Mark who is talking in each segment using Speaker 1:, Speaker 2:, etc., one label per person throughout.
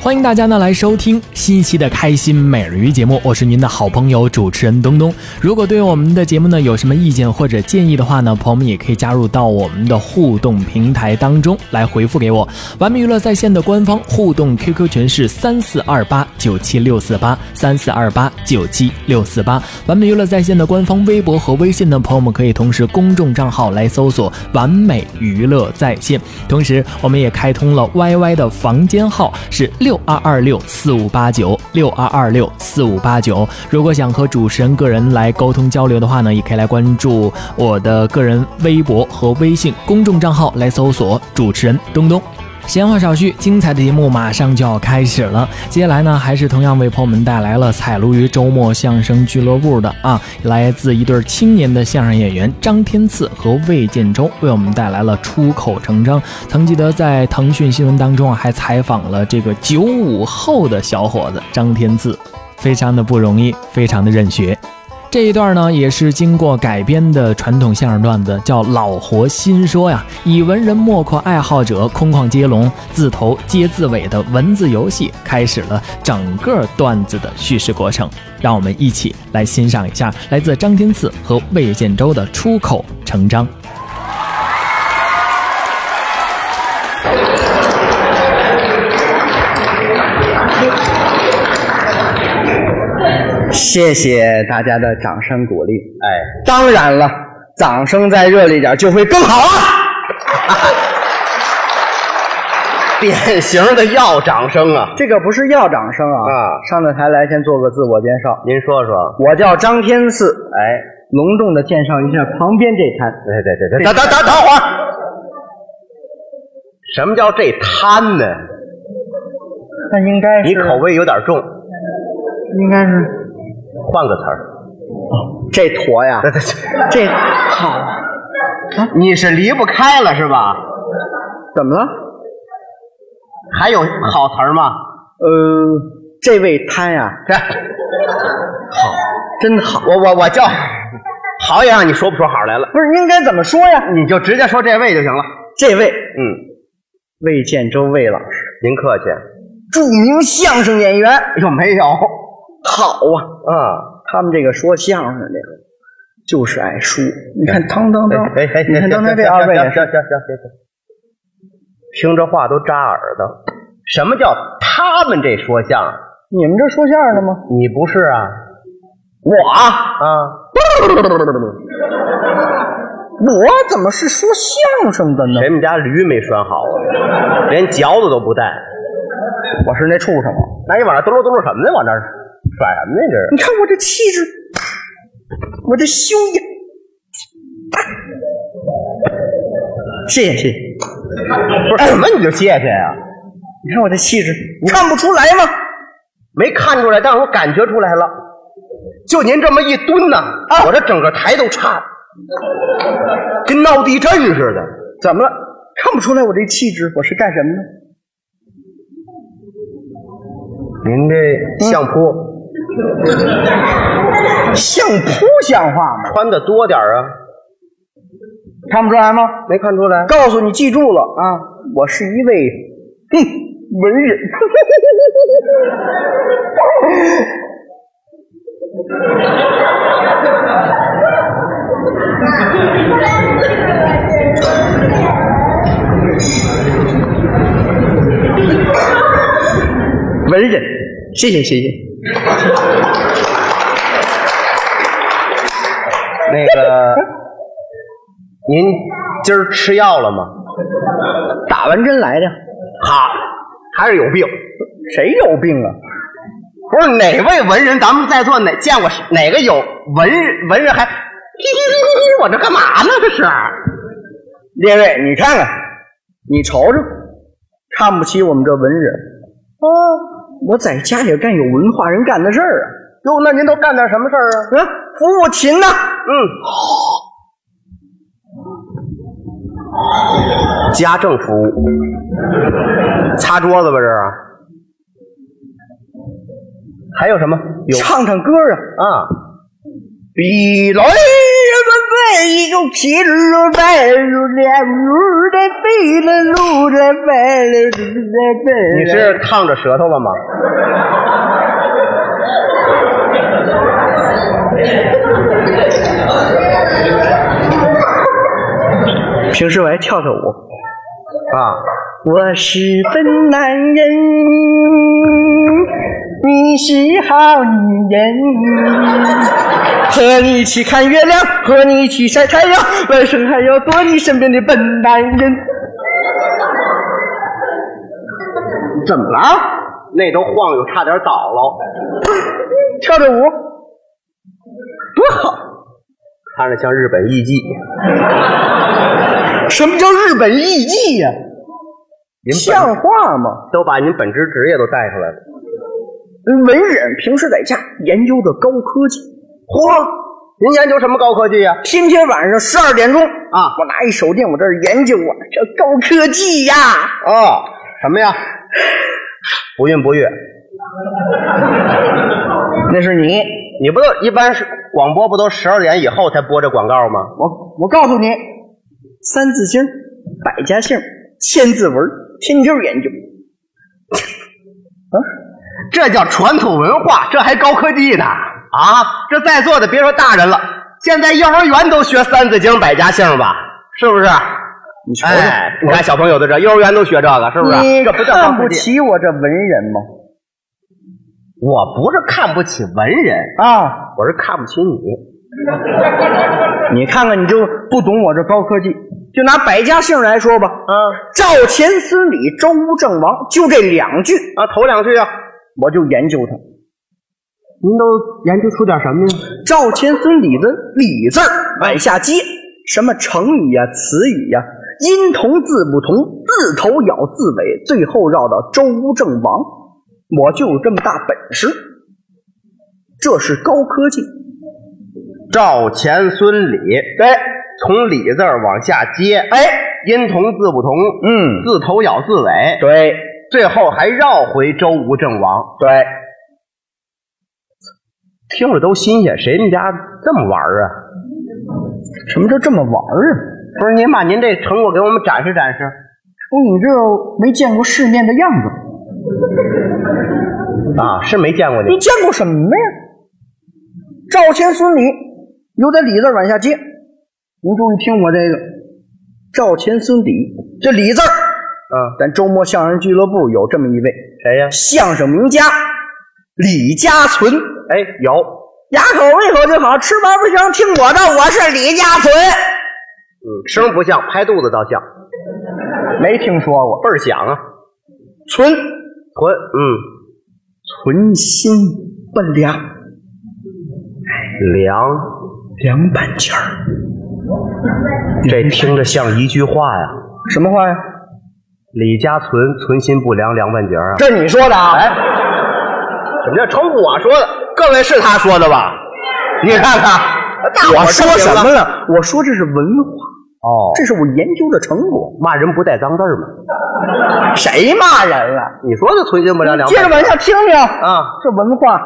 Speaker 1: 欢迎大家呢来收听新一期的《开心美人鱼》节目，我是您的好朋友主持人东东。如果对我们的节目呢有什么意见或者建议的话呢，朋友们也可以加入到我们的互动平台当中来回复给我。完美娱乐在线的官方互动 QQ 群是三四二八九七六四八三四二八九七六四八。完美娱乐在线的官方微博和微信呢，朋友们可以同时公众账号来搜索“完美娱乐在线”，同时我们也开通了 YY 的房间号是六。六二二六四五八九六二二六四五八九。如果想和主持人个人来沟通交流的话呢，也可以来关注我的个人微博和微信公众账号，来搜索主持人东东。闲话少叙，精彩的节目马上就要开始了。接下来呢，还是同样为朋友们带来了采鲈鱼周末相声俱乐部的啊，来自一对青年的相声演员张天赐和魏建州，为我们带来了出口成章。曾记得在腾讯新闻当中啊，还采访了这个九五后的小伙子张天赐，非常的不容易，非常的认学。这一段呢，也是经过改编的传统相声段子，叫“老活新说”呀，以文人墨客爱好者空旷接龙，字头接字尾的文字游戏，开始了整个段子的叙事过程。让我们一起来欣赏一下来自张天赐和魏建州的出口成章。
Speaker 2: 谢谢大家的掌声鼓励。
Speaker 3: 哎，
Speaker 2: 当然了，掌声再热烈点就会更好啊了。
Speaker 3: 典 型的要掌声啊！
Speaker 2: 这个不是要掌声啊！
Speaker 3: 啊
Speaker 2: 上了台来，先做个自我介绍。
Speaker 3: 您说说，
Speaker 2: 我叫张天赐，
Speaker 3: 哎，
Speaker 2: 隆重的介绍一下旁边这摊。
Speaker 3: 对对对对，等等等等会儿， 什么叫这贪呢？
Speaker 2: 那应该是
Speaker 3: 哎你口味有点重，
Speaker 2: 应该是
Speaker 3: 换个词 儿。
Speaker 2: 这坨呀，这好啊！
Speaker 3: 你是离不开了是吧？
Speaker 2: 怎么了？
Speaker 3: 还有好词儿吗？
Speaker 2: 呃，这位摊呀，
Speaker 3: 这
Speaker 2: 真好。
Speaker 3: 我我我叫，好也让你说不出好来了，
Speaker 2: 不是应该怎么说呀？
Speaker 3: 你就直接说这位就行了。
Speaker 2: 啊这位
Speaker 3: 嗯，
Speaker 2: 魏建州魏老师，
Speaker 3: 您客气。
Speaker 2: 著名相声演员。
Speaker 3: 有没有？
Speaker 2: 好啊，
Speaker 3: 啊，
Speaker 2: 他们这个说相声的，就是爱输。你看，当当当，
Speaker 3: 哎哎哎，
Speaker 2: 你看刚才这二位也
Speaker 3: 行行
Speaker 2: 是，
Speaker 3: 行行行，听这话都扎耳朵。什么叫他们这说相声？
Speaker 2: 你们这说相声的吗？
Speaker 3: 你不是啊？
Speaker 2: 我啊，
Speaker 3: 啊，
Speaker 2: 我怎么是说相声的呢？
Speaker 3: 谁们家驴没 拴好啊？连嚼子都不带，
Speaker 2: 我是那畜生啊！
Speaker 3: 那你往那嘟噜嘟噜什么呢？往那儿甩什么呢？这是
Speaker 2: 你看我这气质，我这修养，啊谢谢。
Speaker 3: 不是什么？你就啊谢谢呀、
Speaker 2: 你看我这气质，你看不出来吗？
Speaker 3: 没看出来，但是我感觉出来了。就您这么一蹲呐、
Speaker 2: 啊
Speaker 3: 我这整个台都颤，跟闹地震似的。
Speaker 2: 怎么了？看不出来我这气质，我是干什么呢？
Speaker 3: 您这相扑、
Speaker 2: 相扑像话吗？
Speaker 3: 穿的多点儿啊，
Speaker 2: 看不出来吗？
Speaker 3: 没看出来？
Speaker 2: 告诉你，记住了啊，我是一位哼文 人。文人，谢谢谢谢。
Speaker 3: 那 个，您今儿吃药了吗？
Speaker 2: 打完针来的，
Speaker 3: 哈，还是有病。
Speaker 2: 谁有病啊？
Speaker 3: 不是哪位文人，咱们在座哪见过哪个有文人文人还？我这干嘛呢？这是？
Speaker 2: 列位，你看看，你瞅瞅，看不起我们这文人啊！我在家也干有文化人干的事儿啊！
Speaker 3: 哟，那您都干点什么事儿啊？
Speaker 2: 啊，服务琴呐、
Speaker 3: 嗯，家政服务，擦桌子吧，这是。还有什么？有
Speaker 2: 唱唱歌啊！
Speaker 3: 啊，
Speaker 2: 比来人们背一个皮路白路两路的背了路的白了路的背。
Speaker 3: 你是烫着舌头了吗？啊
Speaker 2: 平时我还跳跳舞。
Speaker 3: 啊，
Speaker 2: 我是笨男人，你是好女人。和你一起看月亮，和你一起晒太阳，晚上还要做你身边的笨男人。
Speaker 3: 怎么了？那都晃悠，差点倒了。
Speaker 2: 跳着舞，
Speaker 3: 看着像日本艺妓。
Speaker 2: 什么叫日本艺妓呀、
Speaker 3: 您
Speaker 2: 像
Speaker 3: 本
Speaker 2: 话吗？
Speaker 3: 都把您本职职业都带出来了。
Speaker 2: 文人平时在家研究的高科技，嚯！
Speaker 3: 您研究什么高科技啊呀、
Speaker 2: 天天晚上十二点钟
Speaker 3: 啊
Speaker 2: 我拿一手电，我这儿研究啊，这高科技呀、
Speaker 3: 哦，什么呀？不孕不育，
Speaker 2: 那是你，
Speaker 3: 你不都一般是广播不都十二点以后才播这广告吗？
Speaker 2: 我我告诉你，三字经、百家姓、千字文，天天研究。
Speaker 3: 这叫传统文化，这还高科技呢啊！这在座的别说大人了，现在幼儿园都学《三字经》《百家姓》吧，是不是？
Speaker 2: 你瞅瞅，
Speaker 3: 哎，你看小朋友的这，幼儿园都学这个，是不是？
Speaker 2: 你
Speaker 3: 这不叫高
Speaker 2: 看
Speaker 3: 科
Speaker 2: 不
Speaker 3: 技。
Speaker 2: 起我这文人吗？
Speaker 3: 我不是看不起文人，
Speaker 2: 啊，
Speaker 3: 我是看不起你。
Speaker 2: 你看看你就不懂我这高科技。就拿百家姓来说吧，啊，赵钱孙李周吴郑王，就这两句，
Speaker 3: 啊，头两句啊，
Speaker 2: 我就研究它。
Speaker 3: 您都研究出点什么呀？啊
Speaker 2: 赵钱孙李的“李”字儿往下接，什么成语呀、词语呀、音同字不同，字头咬字尾，最后绕到周吴郑王。我就有这么大本事，这是高科技。
Speaker 3: 赵钱孙李，对，从李字儿往下接，哎，音同字不同，
Speaker 2: 嗯，
Speaker 3: 字头咬字尾，
Speaker 2: 对
Speaker 3: 最后还绕回周吴郑王，
Speaker 2: 对，
Speaker 3: 听着都新鲜，谁们家这么玩儿啊？
Speaker 2: 什么叫这么玩儿啊？
Speaker 3: 不是您把您这成果给我们展示展示，
Speaker 2: 瞅哎你这没见过世面的样子，
Speaker 3: 啊，是没见过
Speaker 2: 你
Speaker 3: 您，
Speaker 2: 见过什么呀？赵钱孙李，有点“李”字儿往下接。您注意听我这个，赵钱孙李，这“李”字儿
Speaker 3: 嗯，
Speaker 2: 咱周末相声俱乐部有这么一位
Speaker 3: 谁呀？
Speaker 2: 相声名家李家存，
Speaker 3: 哎，有，
Speaker 2: 牙口胃口就好，吃饱不香，听我的，我是李家存。
Speaker 3: 嗯，声不像，拍肚子倒像，
Speaker 2: 没听说过，
Speaker 3: 倍儿响啊，
Speaker 2: 存
Speaker 3: 臀，嗯，
Speaker 2: 存心不良，
Speaker 3: 凉，
Speaker 2: 凉半截儿。
Speaker 3: 这听着像一句话呀。
Speaker 2: 什么话呀？
Speaker 3: 李家存存心不良，凉半截儿啊！
Speaker 2: 这是你说的啊？
Speaker 3: 哎，怎么这称呼我说的？各位是他说的吧？你看看，大伙
Speaker 2: 我
Speaker 3: 儿
Speaker 2: 说
Speaker 3: 证明
Speaker 2: 什
Speaker 3: 了
Speaker 2: 么了？我说这是文化，
Speaker 3: 哦，
Speaker 2: 这是我研究的成果。
Speaker 3: 骂人不带脏字儿嘛？
Speaker 2: 谁骂人了？
Speaker 3: 你说的存心不良，凉
Speaker 2: 接着
Speaker 3: 半截
Speaker 2: 往下听听啊，
Speaker 3: 啊，
Speaker 2: 这文化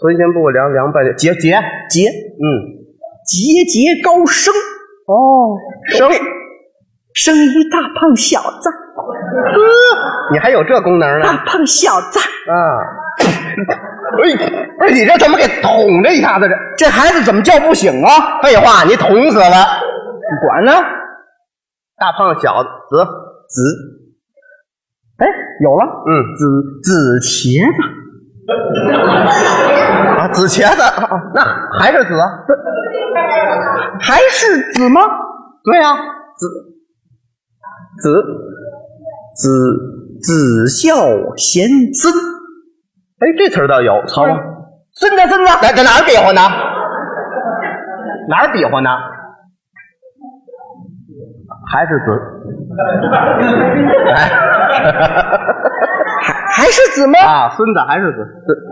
Speaker 3: 存心不良，凉半截儿，节节，
Speaker 2: 节
Speaker 3: 嗯，
Speaker 2: 节节高升哦，
Speaker 3: 生，
Speaker 2: 生一大胖小子，
Speaker 3: 你还有这功能呢？
Speaker 2: 大胖小子，
Speaker 3: 啊，哎，不是你这怎么给捅这一下子？这
Speaker 2: 这孩子怎么叫不醒啊？
Speaker 3: 废话，你捅死了！
Speaker 2: 你管呢？
Speaker 3: 大胖小子，
Speaker 2: 子，哎，有了，
Speaker 3: 嗯
Speaker 2: 子子茄子
Speaker 3: 啊，紫茄子，那还是紫啊？还是紫吗？对啊呀、紫
Speaker 2: 子子子孝贤孙，
Speaker 3: 哎，这词儿倒有。好
Speaker 2: 啊
Speaker 3: 孙子孙子，哪哪哪儿比划呢？哪儿比划呢？还是子
Speaker 2: 还是子吗？
Speaker 3: 啊？孙子还是子子？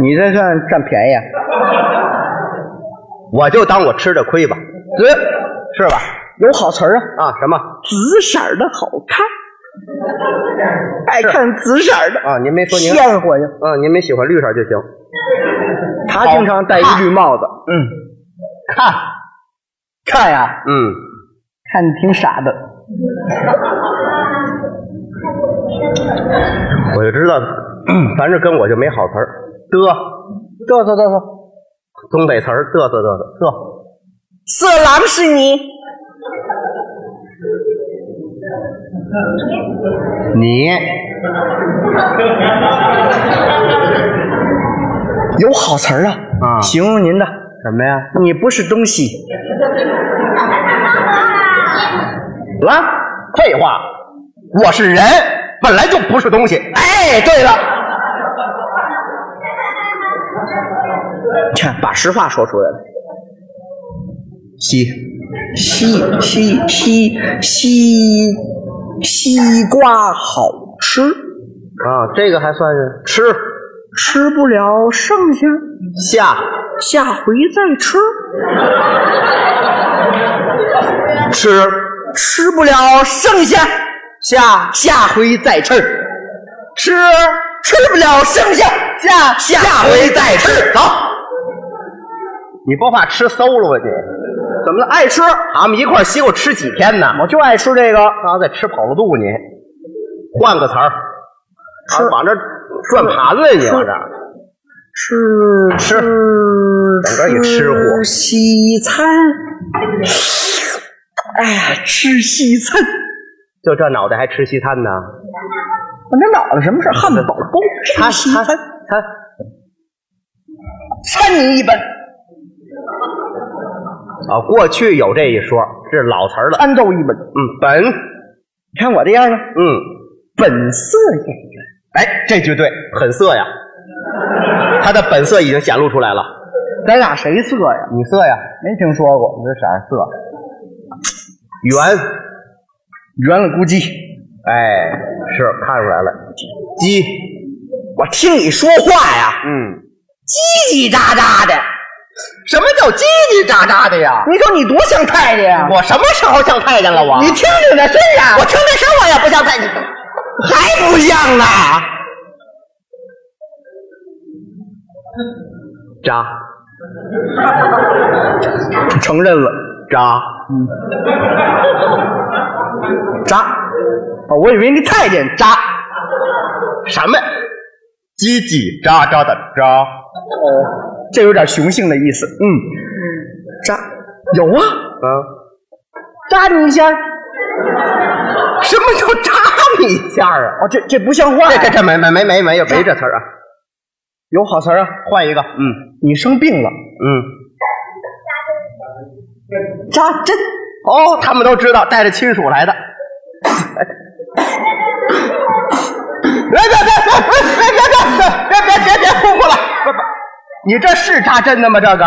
Speaker 2: 你这算占便宜啊？
Speaker 3: 我就当我吃这亏吧，子是吧？
Speaker 2: 有好词儿啊，
Speaker 3: 啊，什么
Speaker 2: 紫色儿的好看，爱看紫色儿的，
Speaker 3: 啊？您没说您
Speaker 2: 鲜活呀。
Speaker 3: 啊？您没喜欢绿色就行。
Speaker 2: 他经常戴一绿帽子，
Speaker 3: 嗯，
Speaker 2: 看，看呀，
Speaker 3: 嗯，
Speaker 2: 看挺傻的。
Speaker 3: 我就知道，反正跟我就没好词儿。的，
Speaker 2: 嘚瑟嘚瑟，
Speaker 3: 东北词儿，嘚瑟嘚瑟，这
Speaker 2: 色狼是你，
Speaker 3: 你
Speaker 2: 有好词儿啊，
Speaker 3: 啊
Speaker 2: 形容您的，
Speaker 3: 什么呀？
Speaker 2: 你不是东西，
Speaker 3: 啊，废话，我是人，本来就不是东西。哎，对了，
Speaker 2: 你看把实话说出来了。
Speaker 3: 西
Speaker 2: 西西西西西瓜好吃，
Speaker 3: 啊，这个还算是吃
Speaker 2: 吃不了剩下，
Speaker 3: 下
Speaker 2: 下回再吃。
Speaker 3: 吃
Speaker 2: 吃不了剩下，
Speaker 3: 下
Speaker 2: 下回再吃。
Speaker 3: 吃
Speaker 2: 吃不了剩下，
Speaker 3: 啊
Speaker 2: 下下回再吃。
Speaker 3: 走。你不怕吃馊了吧你？
Speaker 2: 怎么了？爱吃，
Speaker 3: 俺们一块儿西瓜吃几天呢？
Speaker 2: 我就爱吃这个。
Speaker 3: 刚才吃跑了肚你，换个词儿，
Speaker 2: 吃
Speaker 3: 啊往这转盘子你往这儿
Speaker 2: 吃
Speaker 3: 吃整个一吃货
Speaker 2: 西餐。哎呀，吃西餐！
Speaker 3: 就这脑袋还吃西餐呢？
Speaker 2: 我这脑袋什么事？汉堡包，
Speaker 3: 他
Speaker 2: 吃西
Speaker 3: 他
Speaker 2: 餐。
Speaker 3: 他
Speaker 2: 参你一本，
Speaker 3: 啊，过去有这一说，这是老词儿了。
Speaker 2: 安奏一本。
Speaker 3: 嗯，本，
Speaker 2: 你看我这样的
Speaker 3: 嗯，
Speaker 2: 本色演员，
Speaker 3: 哎，这句对，很色呀，他的本色已经显露出来了。
Speaker 2: 咱俩谁色呀？
Speaker 3: 你色呀，
Speaker 2: 没听说过，你这色色？
Speaker 3: 圆，
Speaker 2: 圆了咕叽，
Speaker 3: 哎，是看出来了，鸡，
Speaker 2: 我听你说话呀，
Speaker 3: 嗯，
Speaker 2: 叽叽喳喳的。
Speaker 3: 什么叫叽叽喳喳的呀？
Speaker 2: 你说你多像太监呀？
Speaker 3: 我什么时候像太监了？我
Speaker 2: 你听听这声儿啊！
Speaker 3: 我听这声我也不像太监，还不像呢。渣
Speaker 2: 承认了，
Speaker 3: 渣，
Speaker 2: 渣。哦，我以为那太监渣。
Speaker 3: 什么？叽叽喳喳的喳。
Speaker 2: 哦，这有点雄性的意思。嗯，渣有啊，
Speaker 3: 啊，
Speaker 2: 扎你一下。
Speaker 3: 什么叫扎你一下啊？
Speaker 2: 哦，这这不像话
Speaker 3: 这
Speaker 2: 呀。
Speaker 3: 这这没没没没没有没这词儿啊！
Speaker 2: 有好词儿啊，
Speaker 3: 换一个，嗯
Speaker 2: 你生病了，
Speaker 3: 嗯，
Speaker 2: 扎针。
Speaker 3: 哦，他们都知道带着亲属来的。别别别别别别别别别别别呼呼了！不不，你这是扎针的吗？这个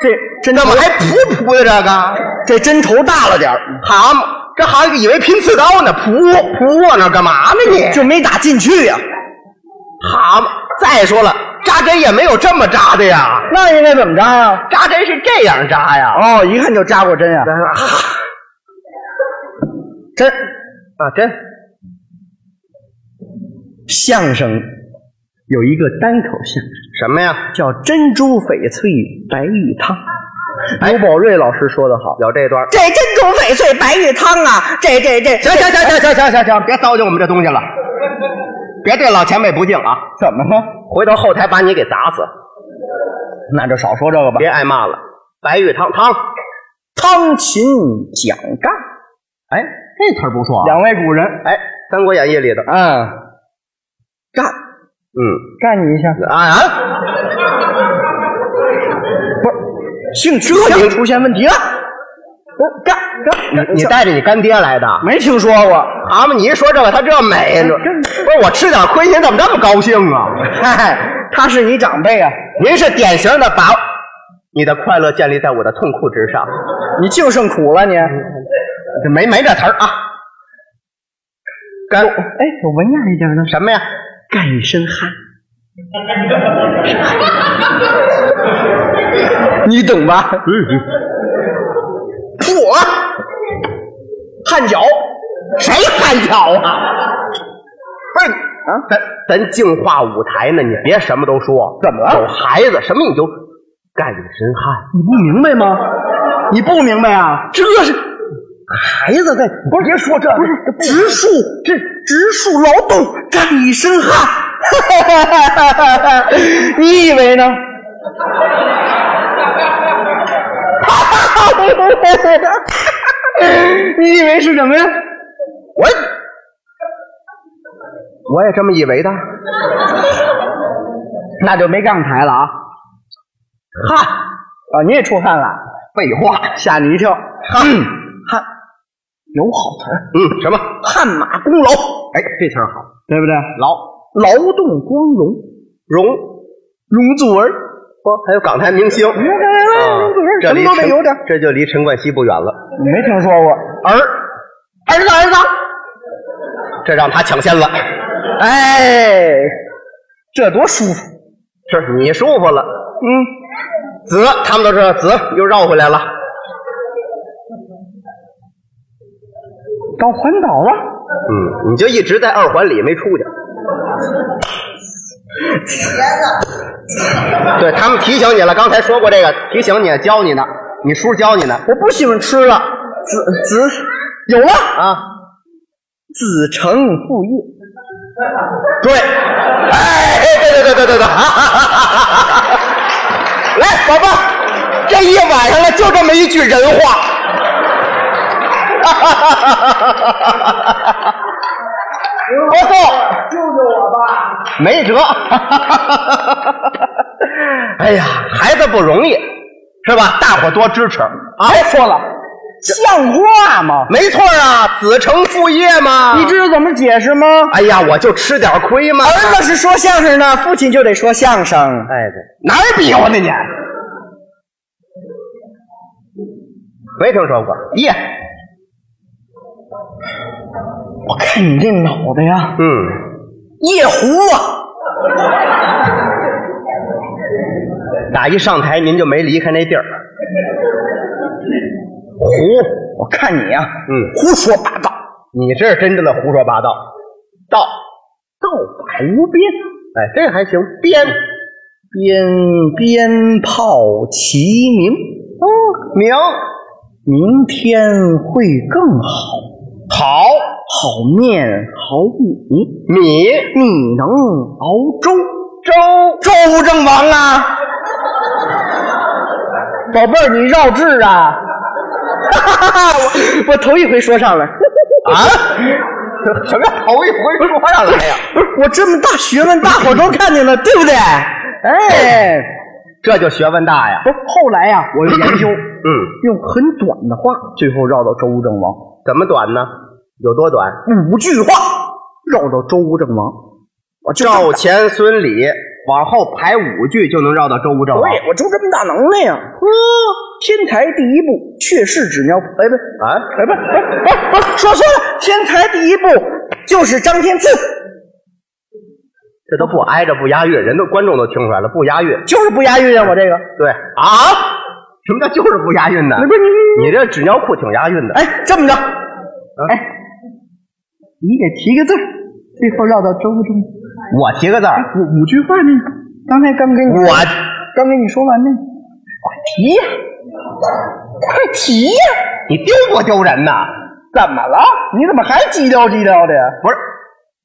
Speaker 2: 这
Speaker 3: 真的吗？还噗噗的这个，
Speaker 2: 这针头大了点儿，
Speaker 3: 好嘛，这好像以为拼刺刀呢，噗噗往那儿干嘛呢你？
Speaker 2: 就没打进去呀、
Speaker 3: 好嘛，再说了，扎针也没有这么扎的呀，
Speaker 2: 那应该怎么扎呀、
Speaker 3: 扎针是这样扎呀。
Speaker 2: 哦，一看就扎过针呀、针
Speaker 3: 啊，针
Speaker 2: 相声有一个单口相声
Speaker 3: 什么呀？
Speaker 2: 叫《珍珠翡翠白玉汤》，刘宝瑞老师说的好。
Speaker 3: 哎有这段。
Speaker 2: 这珍珠翡翠白玉汤啊，这这这
Speaker 3: 行行行行行行行行，别糟践我们这 东西了，别对老前辈不敬啊！
Speaker 2: 怎么了？
Speaker 3: 回头后台把你给砸死，
Speaker 2: 那就少说这个吧
Speaker 3: 别。挨骂了。白玉汤汤，
Speaker 2: 汤秦蒋干，
Speaker 3: 哎，这词儿不错啊。
Speaker 2: 两位古人。
Speaker 3: 哎，《三国演义》里的
Speaker 2: 嗯，干
Speaker 3: 嗯
Speaker 2: 干你一下，
Speaker 3: 啊啊，
Speaker 2: 性取
Speaker 3: 这
Speaker 2: 向
Speaker 3: 你出现问题了。
Speaker 2: 不干干，
Speaker 3: 你你带着你干爹来的？
Speaker 2: 没听说过。哎
Speaker 3: 蛤蟆，你一说这个，他这美，不是我吃点亏，您怎么这么高兴啊？嗨，
Speaker 2: 他是你长辈啊，
Speaker 3: 您是典型的把你的快乐建立在我的痛苦之上，
Speaker 2: 你净剩苦了你。
Speaker 3: 这没没这词儿啊。干
Speaker 2: 哎，我文雅一点呢，
Speaker 3: 什么呀？
Speaker 2: 干一身汗，你懂吧？
Speaker 3: 哎我汗脚，谁汗脚啊？不是啊，咱咱净化舞台呢，你别什么都说。怎么了？有孩子，什么你就干一身汗。
Speaker 2: 你不明白吗？你不明白啊？
Speaker 3: 这是孩子在，不是别说这，不是
Speaker 2: 植树，这植树劳动，干一身汗。你以为呢？你以为是什么呀？
Speaker 3: 我我也这么以为的。
Speaker 2: 那就没杠台了啊！汗啊，你也出汗了？废话，吓你一跳。嗯汗、汗有好词儿，
Speaker 3: 嗯，什么？
Speaker 2: 汗马功劳，
Speaker 3: 哎，这词儿好，
Speaker 2: 对不对？
Speaker 3: 劳
Speaker 2: 劳动光荣，
Speaker 3: 荣
Speaker 2: 容祖儿，
Speaker 3: 不？还有港台明星，
Speaker 2: 啊哎
Speaker 3: 啊
Speaker 2: 容祖儿什么都得有点儿。
Speaker 3: 这就离陈冠希不远了。
Speaker 2: 你没听说过？
Speaker 3: 儿儿子儿子，这让他抢先了。
Speaker 2: 哎，这多舒服！
Speaker 3: 是你舒服了，嗯。子，他们都知道子又绕回来了。
Speaker 2: 到环岛了，
Speaker 3: 嗯，你就一直在二环里没出去。对他们提醒你了，刚才说过这个，提醒你，教你呢，你叔教你呢
Speaker 2: 我不喜欢吃了。子子有了，
Speaker 3: 啊。
Speaker 2: 子承父业，
Speaker 3: 对，哎，对对对对对对， 啊啊啊啊啊啊！来，宝贝儿，这一晚上了，就这么一句人话。 罗宋，救救我吧！没辙。 哎呀，孩子不容易，是吧？大伙多支持啊！
Speaker 2: 别说了，像话吗？
Speaker 3: 没错啊，子承父业嘛。
Speaker 2: 你知道怎么解释吗？
Speaker 3: 哎呀，我就吃点亏嘛。
Speaker 2: 儿子是说相声的，父亲就得说相声。
Speaker 3: 哎，对，哪儿比划呢你？没听说过耶，
Speaker 2: 我看你这脑袋呀，
Speaker 3: 嗯，
Speaker 2: 夜壶啊！
Speaker 3: 打一上台您就没离开那地儿，
Speaker 2: 胡，我看你呀，
Speaker 3: 嗯
Speaker 2: 胡说八道，
Speaker 3: 你这是真正的胡说八道，道
Speaker 2: 道法无边，
Speaker 3: 哎，这还行，鞭
Speaker 2: 鞭鞭炮齐鸣。哦，
Speaker 3: 明
Speaker 2: 明天会更好，
Speaker 3: 好
Speaker 2: 好面好米，
Speaker 3: 米
Speaker 2: 米能熬粥，
Speaker 3: 粥，
Speaker 2: 周正王啊！ 宝贝儿，你绕智啊！ 哈哈哈！我我头一回说上来。
Speaker 3: 什么叫头一回说上来 呀？
Speaker 2: 不是我这么大学问，大伙都看见了，对不对？哎，
Speaker 3: 这就学问大呀，
Speaker 2: 不是后来呀、我又研究，
Speaker 3: 嗯，
Speaker 2: 用很短的话，最后绕到周武郑王，
Speaker 3: 怎么短呢？有多短？
Speaker 2: 五句话绕到周武郑王，我就这么
Speaker 3: 赵
Speaker 2: 大
Speaker 3: 钱孙李，往后排五句就能绕到周吴郑王。
Speaker 2: 对，哎我就这么大能耐呀、呵，天台第一步，雀氏纸尿哎不
Speaker 3: 啊，
Speaker 2: 哎不哎不不说错了，天台第一步就是张天赐，
Speaker 3: 这都不挨着不押韵，人都观众都听出来了，不押韵。
Speaker 2: 就是不押韵啊，我这个
Speaker 3: 对啊，什么叫就是不押韵呢？
Speaker 2: 不是你你
Speaker 3: 你这纸尿裤挺押韵的。
Speaker 2: 哎，这么着，哎，你给提个字儿，最后绕到周正。
Speaker 3: 我提个字儿，
Speaker 2: 五五句话呢？刚才刚跟你
Speaker 3: 我
Speaker 2: 刚跟你说完呢，快提呀，快提呀！
Speaker 3: 你丢不丢人呐？
Speaker 2: 怎么了？你怎么还急撩急撩的呀？
Speaker 3: 不是，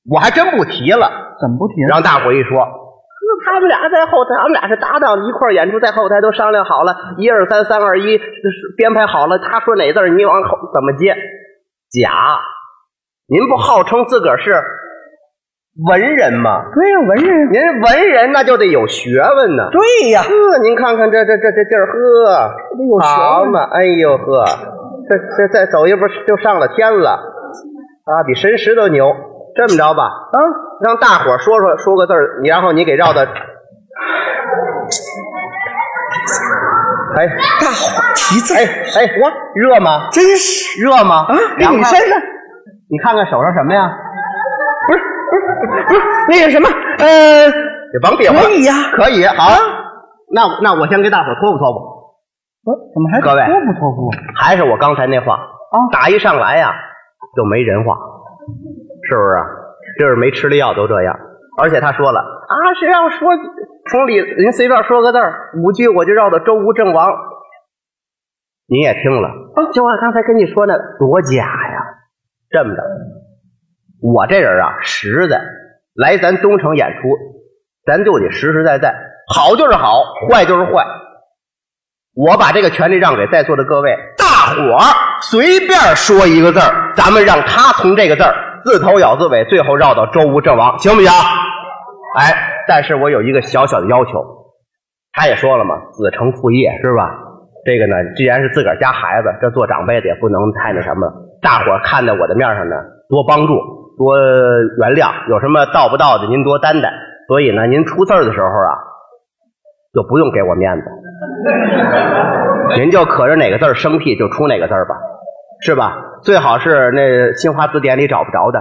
Speaker 3: 我还真不提了，
Speaker 2: 怎么不提？
Speaker 3: 让大伙一说。他们俩在后台，他们俩是搭档，一块儿演出，在后台都商量好了，一二三，三二一，编排好了。他说哪字儿，你往后怎么接？甲，您不号称自个儿是文人嘛，
Speaker 2: 对呀、文人，
Speaker 3: 您文人那就得有学问呢。
Speaker 2: 对呀、
Speaker 3: 呵，您看看这这这这地儿，呵，
Speaker 2: 有学
Speaker 3: 好
Speaker 2: 问
Speaker 3: 嘛，哎呦呵，这这再走一步就上了天了，啊，比神石都牛。这么着吧，
Speaker 2: 啊，
Speaker 3: 让大伙儿说说说个字儿，你然后你给绕的，哎
Speaker 2: 大伙儿提字儿
Speaker 3: 哎哎，我热吗？
Speaker 2: 啊真是
Speaker 3: 热吗？
Speaker 2: 啊， 给
Speaker 3: 凉
Speaker 2: 你
Speaker 3: 快
Speaker 2: 身上
Speaker 3: 你看看手上什么呀？
Speaker 2: 不是不是那个什么呃，
Speaker 3: 你甭比划了，
Speaker 2: 可以啊呀
Speaker 3: 可以，好。那那我先给大伙儿托付托付。
Speaker 2: 我怎么还
Speaker 3: 各位
Speaker 2: 托不托付？
Speaker 3: 还是我刚才那话啊，打一上来呀就没人话，是不是？这是没吃的药都这样。而且他说了啊，谁让我说从里您随便说个字儿五句我就绕到周吴郑王，您也听了，就按刚才跟你说那多假呀！这么着，我这人啊实在，来咱东城演出，咱就得实实在在，好就是好，坏就是坏。我把这个权利让给在座的各位，大伙儿随便说一个字儿，咱们让他从这个字儿自头咬自尾，最后绕到周吴郑王，行不行？哎，但是我有一个小小的要求，他也说了嘛，子承父业是吧？这个呢，既然是自个儿家孩子，这做长辈的也不能太那什么。大伙儿看在我的面上呢，多帮助，多原谅，有什么到不到的您多担待。所以呢，您出字儿的时候啊，就不用给我面子，您就可着哪个字儿生僻就出哪个字儿吧，是吧？最好是那新华字典里找不着的，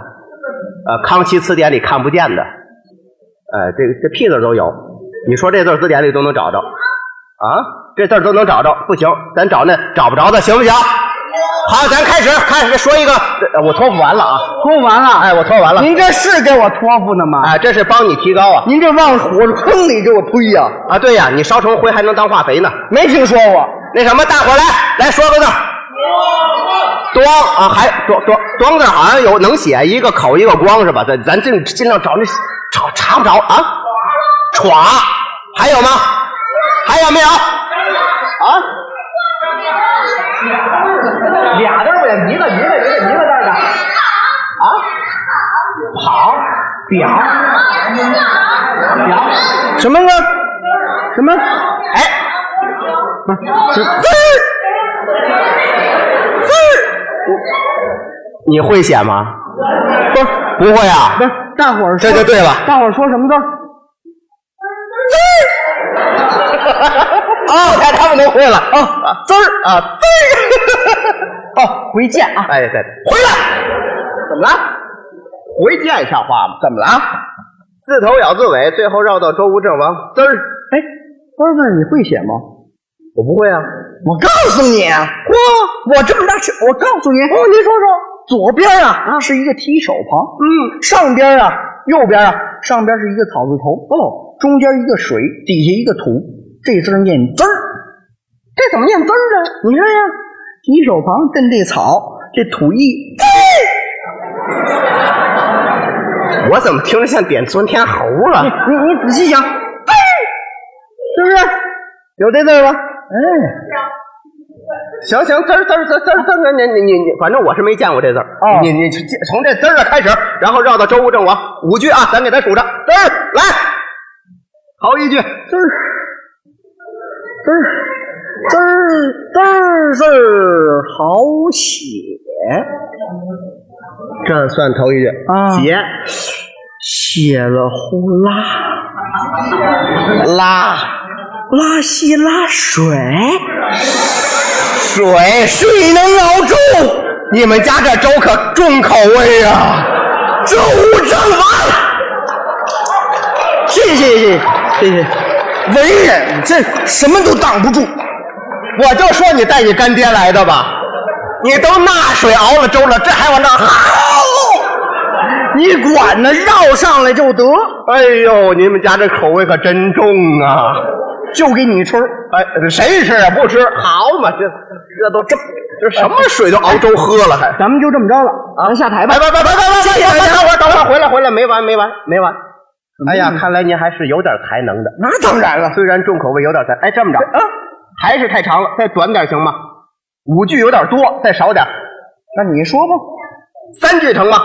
Speaker 3: 呃，康熙词典里看不见的，呃，这个这屁字儿都有。你说这字儿字典里都能找着啊？这字儿都能找着，不行，咱找那找不着的，行不行？好，咱开始，开始说一个，呃我托付完了啊，
Speaker 2: 托付完了，
Speaker 3: 哎，我托完了，
Speaker 2: 您这是给我托付呢吗？
Speaker 3: 啊，这是帮你提高啊，
Speaker 2: 您这往火坑里给我推呀、
Speaker 3: 啊，对呀，你烧成灰还能当化肥呢。
Speaker 2: 没听说过。
Speaker 3: 那什么，大伙儿来来说个字儿。光啊，还装装装字儿好像有能写一个口一个光是吧？咱咱尽尽量找那找查不着啊。歘，还有吗？还有没有？啊？俩字儿呗，一个一个一个一个字的。啊？跑表表
Speaker 2: 什么个什么？
Speaker 3: 哎。
Speaker 2: 这字儿
Speaker 3: 你会写吗？
Speaker 2: 不是
Speaker 3: 不会啊
Speaker 2: 不，是，大伙儿说
Speaker 3: 这就对了。
Speaker 2: 大伙儿说什么字儿？
Speaker 3: 哦，他他们都会了。哦，滋儿啊，滋儿。 哦，
Speaker 2: 回见啊！
Speaker 3: 哎，对，回来。怎么了？回见像话吗？怎么了？自头咬自尾，最后绕到周吴郑王，滋儿。
Speaker 2: 哎，官字儿你会写吗？
Speaker 3: 我不会啊。
Speaker 2: 我告诉你，啊嚯，我这么大是，我告诉你，哦，您说说，左边啊是一个提手旁，嗯，上边啊，右边啊，上边是一个草字头，哦，中间一个水，底下一个土，这字儿念滋儿，这怎么念滋儿啊？你看呀，提手旁蹬这草，这土一，
Speaker 3: 我怎么听着像点钻天猴啊 了？
Speaker 2: 你你仔细想，滋儿是不是有这字儿吧？哎。
Speaker 3: 行行，滋儿滋儿滋儿滋儿滋儿，你你你你，反正我是没见过这字儿。
Speaker 2: 哦
Speaker 3: 你你从这滋儿这开始，然后绕到周吴郑王五句啊，咱给他数着，滋儿来，头一句，
Speaker 2: 滋儿，滋儿，滋儿，滋儿，滋儿，好写
Speaker 3: 这算头一句
Speaker 2: 啊
Speaker 3: 写
Speaker 2: 写了呼啦
Speaker 3: 拉
Speaker 2: 拉稀拉水，
Speaker 3: 水，水能熬粥。你们家这粥可重口味啊呀、周吴郑王，
Speaker 2: 谢谢谢谢谢谢，文人这什么都挡不住，
Speaker 3: 我就说你带你干爹来的吧，你都纳水熬了粥了，这还往那儿好？
Speaker 2: 你管呢，绕上来就得，
Speaker 3: 哎呦，你们家这口味可真重啊！
Speaker 2: 就给你吃。
Speaker 3: 哎，谁吃啊？不吃，好嘛，这这都这这什么水都熬粥喝了还？
Speaker 2: 咱们就这么着了，咱下台吧
Speaker 3: 哎，。别别别别别别！等会儿等会儿回来回来，没完没完没完！哎呀，看来您还是有点才能的。
Speaker 2: 那当然了，
Speaker 3: 虽然重口味有点儿哎，这么着啊，还是太长了，再短点儿行吗？五句有点多，再少点儿，
Speaker 2: 那你说吧。
Speaker 3: 三句成吗？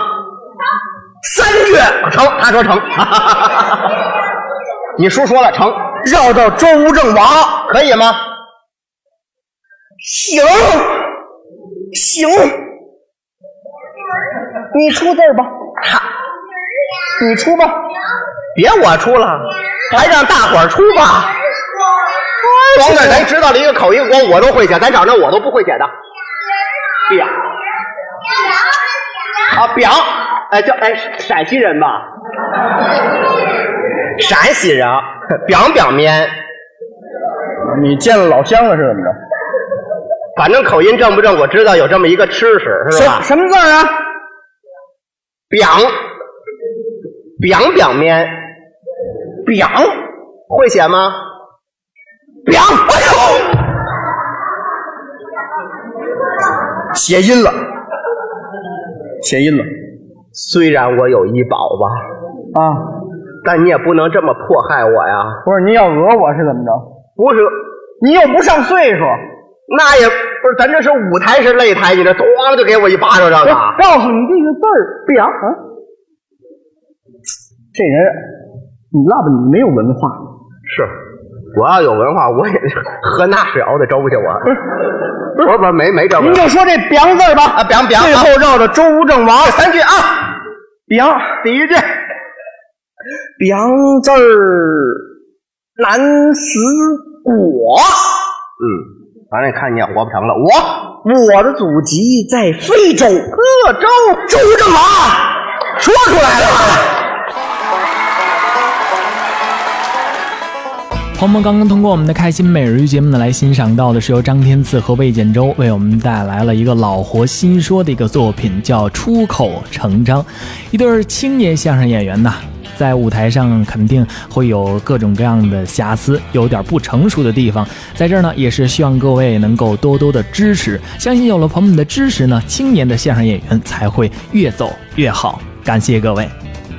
Speaker 2: 三句
Speaker 3: 成，他说成。 你叔说了成，
Speaker 2: 绕到周吴郑王，
Speaker 3: 可以吗？
Speaker 2: 行行，你出字儿吧，你出吧，
Speaker 3: 别我出了，还让大伙儿出吧。光那咱知道了一个口一个光，我都会写，咱找那我都不会写的。表啊表，哎叫哎陕西人吧，陕西人，啊表表面，
Speaker 2: 你见了老乡了是怎么着？
Speaker 3: 反正口音正不正，我知道有这么一个吃食是吧
Speaker 2: 什？什么字儿啊？
Speaker 3: 表表表面，表会写吗？表，哎呦！
Speaker 2: 谐音了，谐音了
Speaker 3: 虽然我有医保吧，
Speaker 2: 啊！
Speaker 3: 但你也不能这么迫害我呀。
Speaker 2: 不是你要讹我是怎么着？
Speaker 3: 不是，
Speaker 2: 你又不上岁数，
Speaker 3: 那也不是，咱这是舞台是擂台，你这咣就给我一巴掌，啊这
Speaker 2: 我
Speaker 3: 个
Speaker 2: 告诉你这个字儿不啊！这人，你落吧，你没有文化。
Speaker 3: 是。我要有文化，我也喝那水熬的粥去，我不是不是没没这
Speaker 2: 您
Speaker 3: 文化
Speaker 2: 就说这“表”字儿吧，
Speaker 3: 啊，表表
Speaker 2: 最
Speaker 3: 啊，
Speaker 2: 后绕着周吴郑王
Speaker 3: 三句啊，
Speaker 2: “表
Speaker 3: 第一句
Speaker 2: 表”字儿难死我，
Speaker 3: 嗯，完了看你也活不成了，我
Speaker 2: 我的祖籍在非洲，各州周吴郑王。啊
Speaker 3: 说出来了，
Speaker 1: 朋友们刚刚通过我们的开心每日鱼节目呢，来欣赏到的是由张天赐和魏建州为我们带来了一个老活新说的一个作品，叫《出口成章》。一对儿青年相声演员呐，在舞台上肯定会有各种各样的瑕疵，有点不成熟的地方，在这儿呢，也是希望各位能够多多的支持。相信有了朋友们的支持呢，青年的相声演员才会越走越好。感谢各位。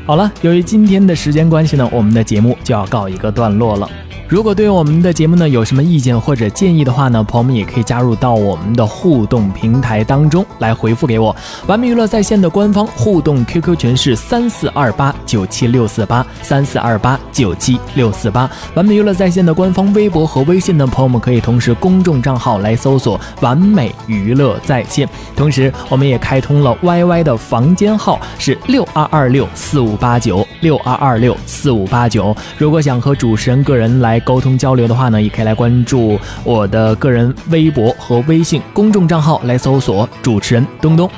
Speaker 1: 好了，由于今天的时间关系呢，我们的节目就要告一个段落了。如果对我们的节目呢有什么意见或者建议的话呢，朋友们也可以加入到我们的互动平台当中来回复给我。完美娱乐在线的官方互动 QQ 群是三四二八九七六四八三四二八九七六四八。完美娱乐在线的官方微博和微信呢，朋友们可以同时公众账号来搜索“完美娱乐在线”。同时，我们也开通了 YY 的房间号是六二二六四五八九六二二六四五八九。如果想和主持人个人来沟通交流的话呢，也可以来关注我的个人微博和微信公众账号，来搜索主持人东东。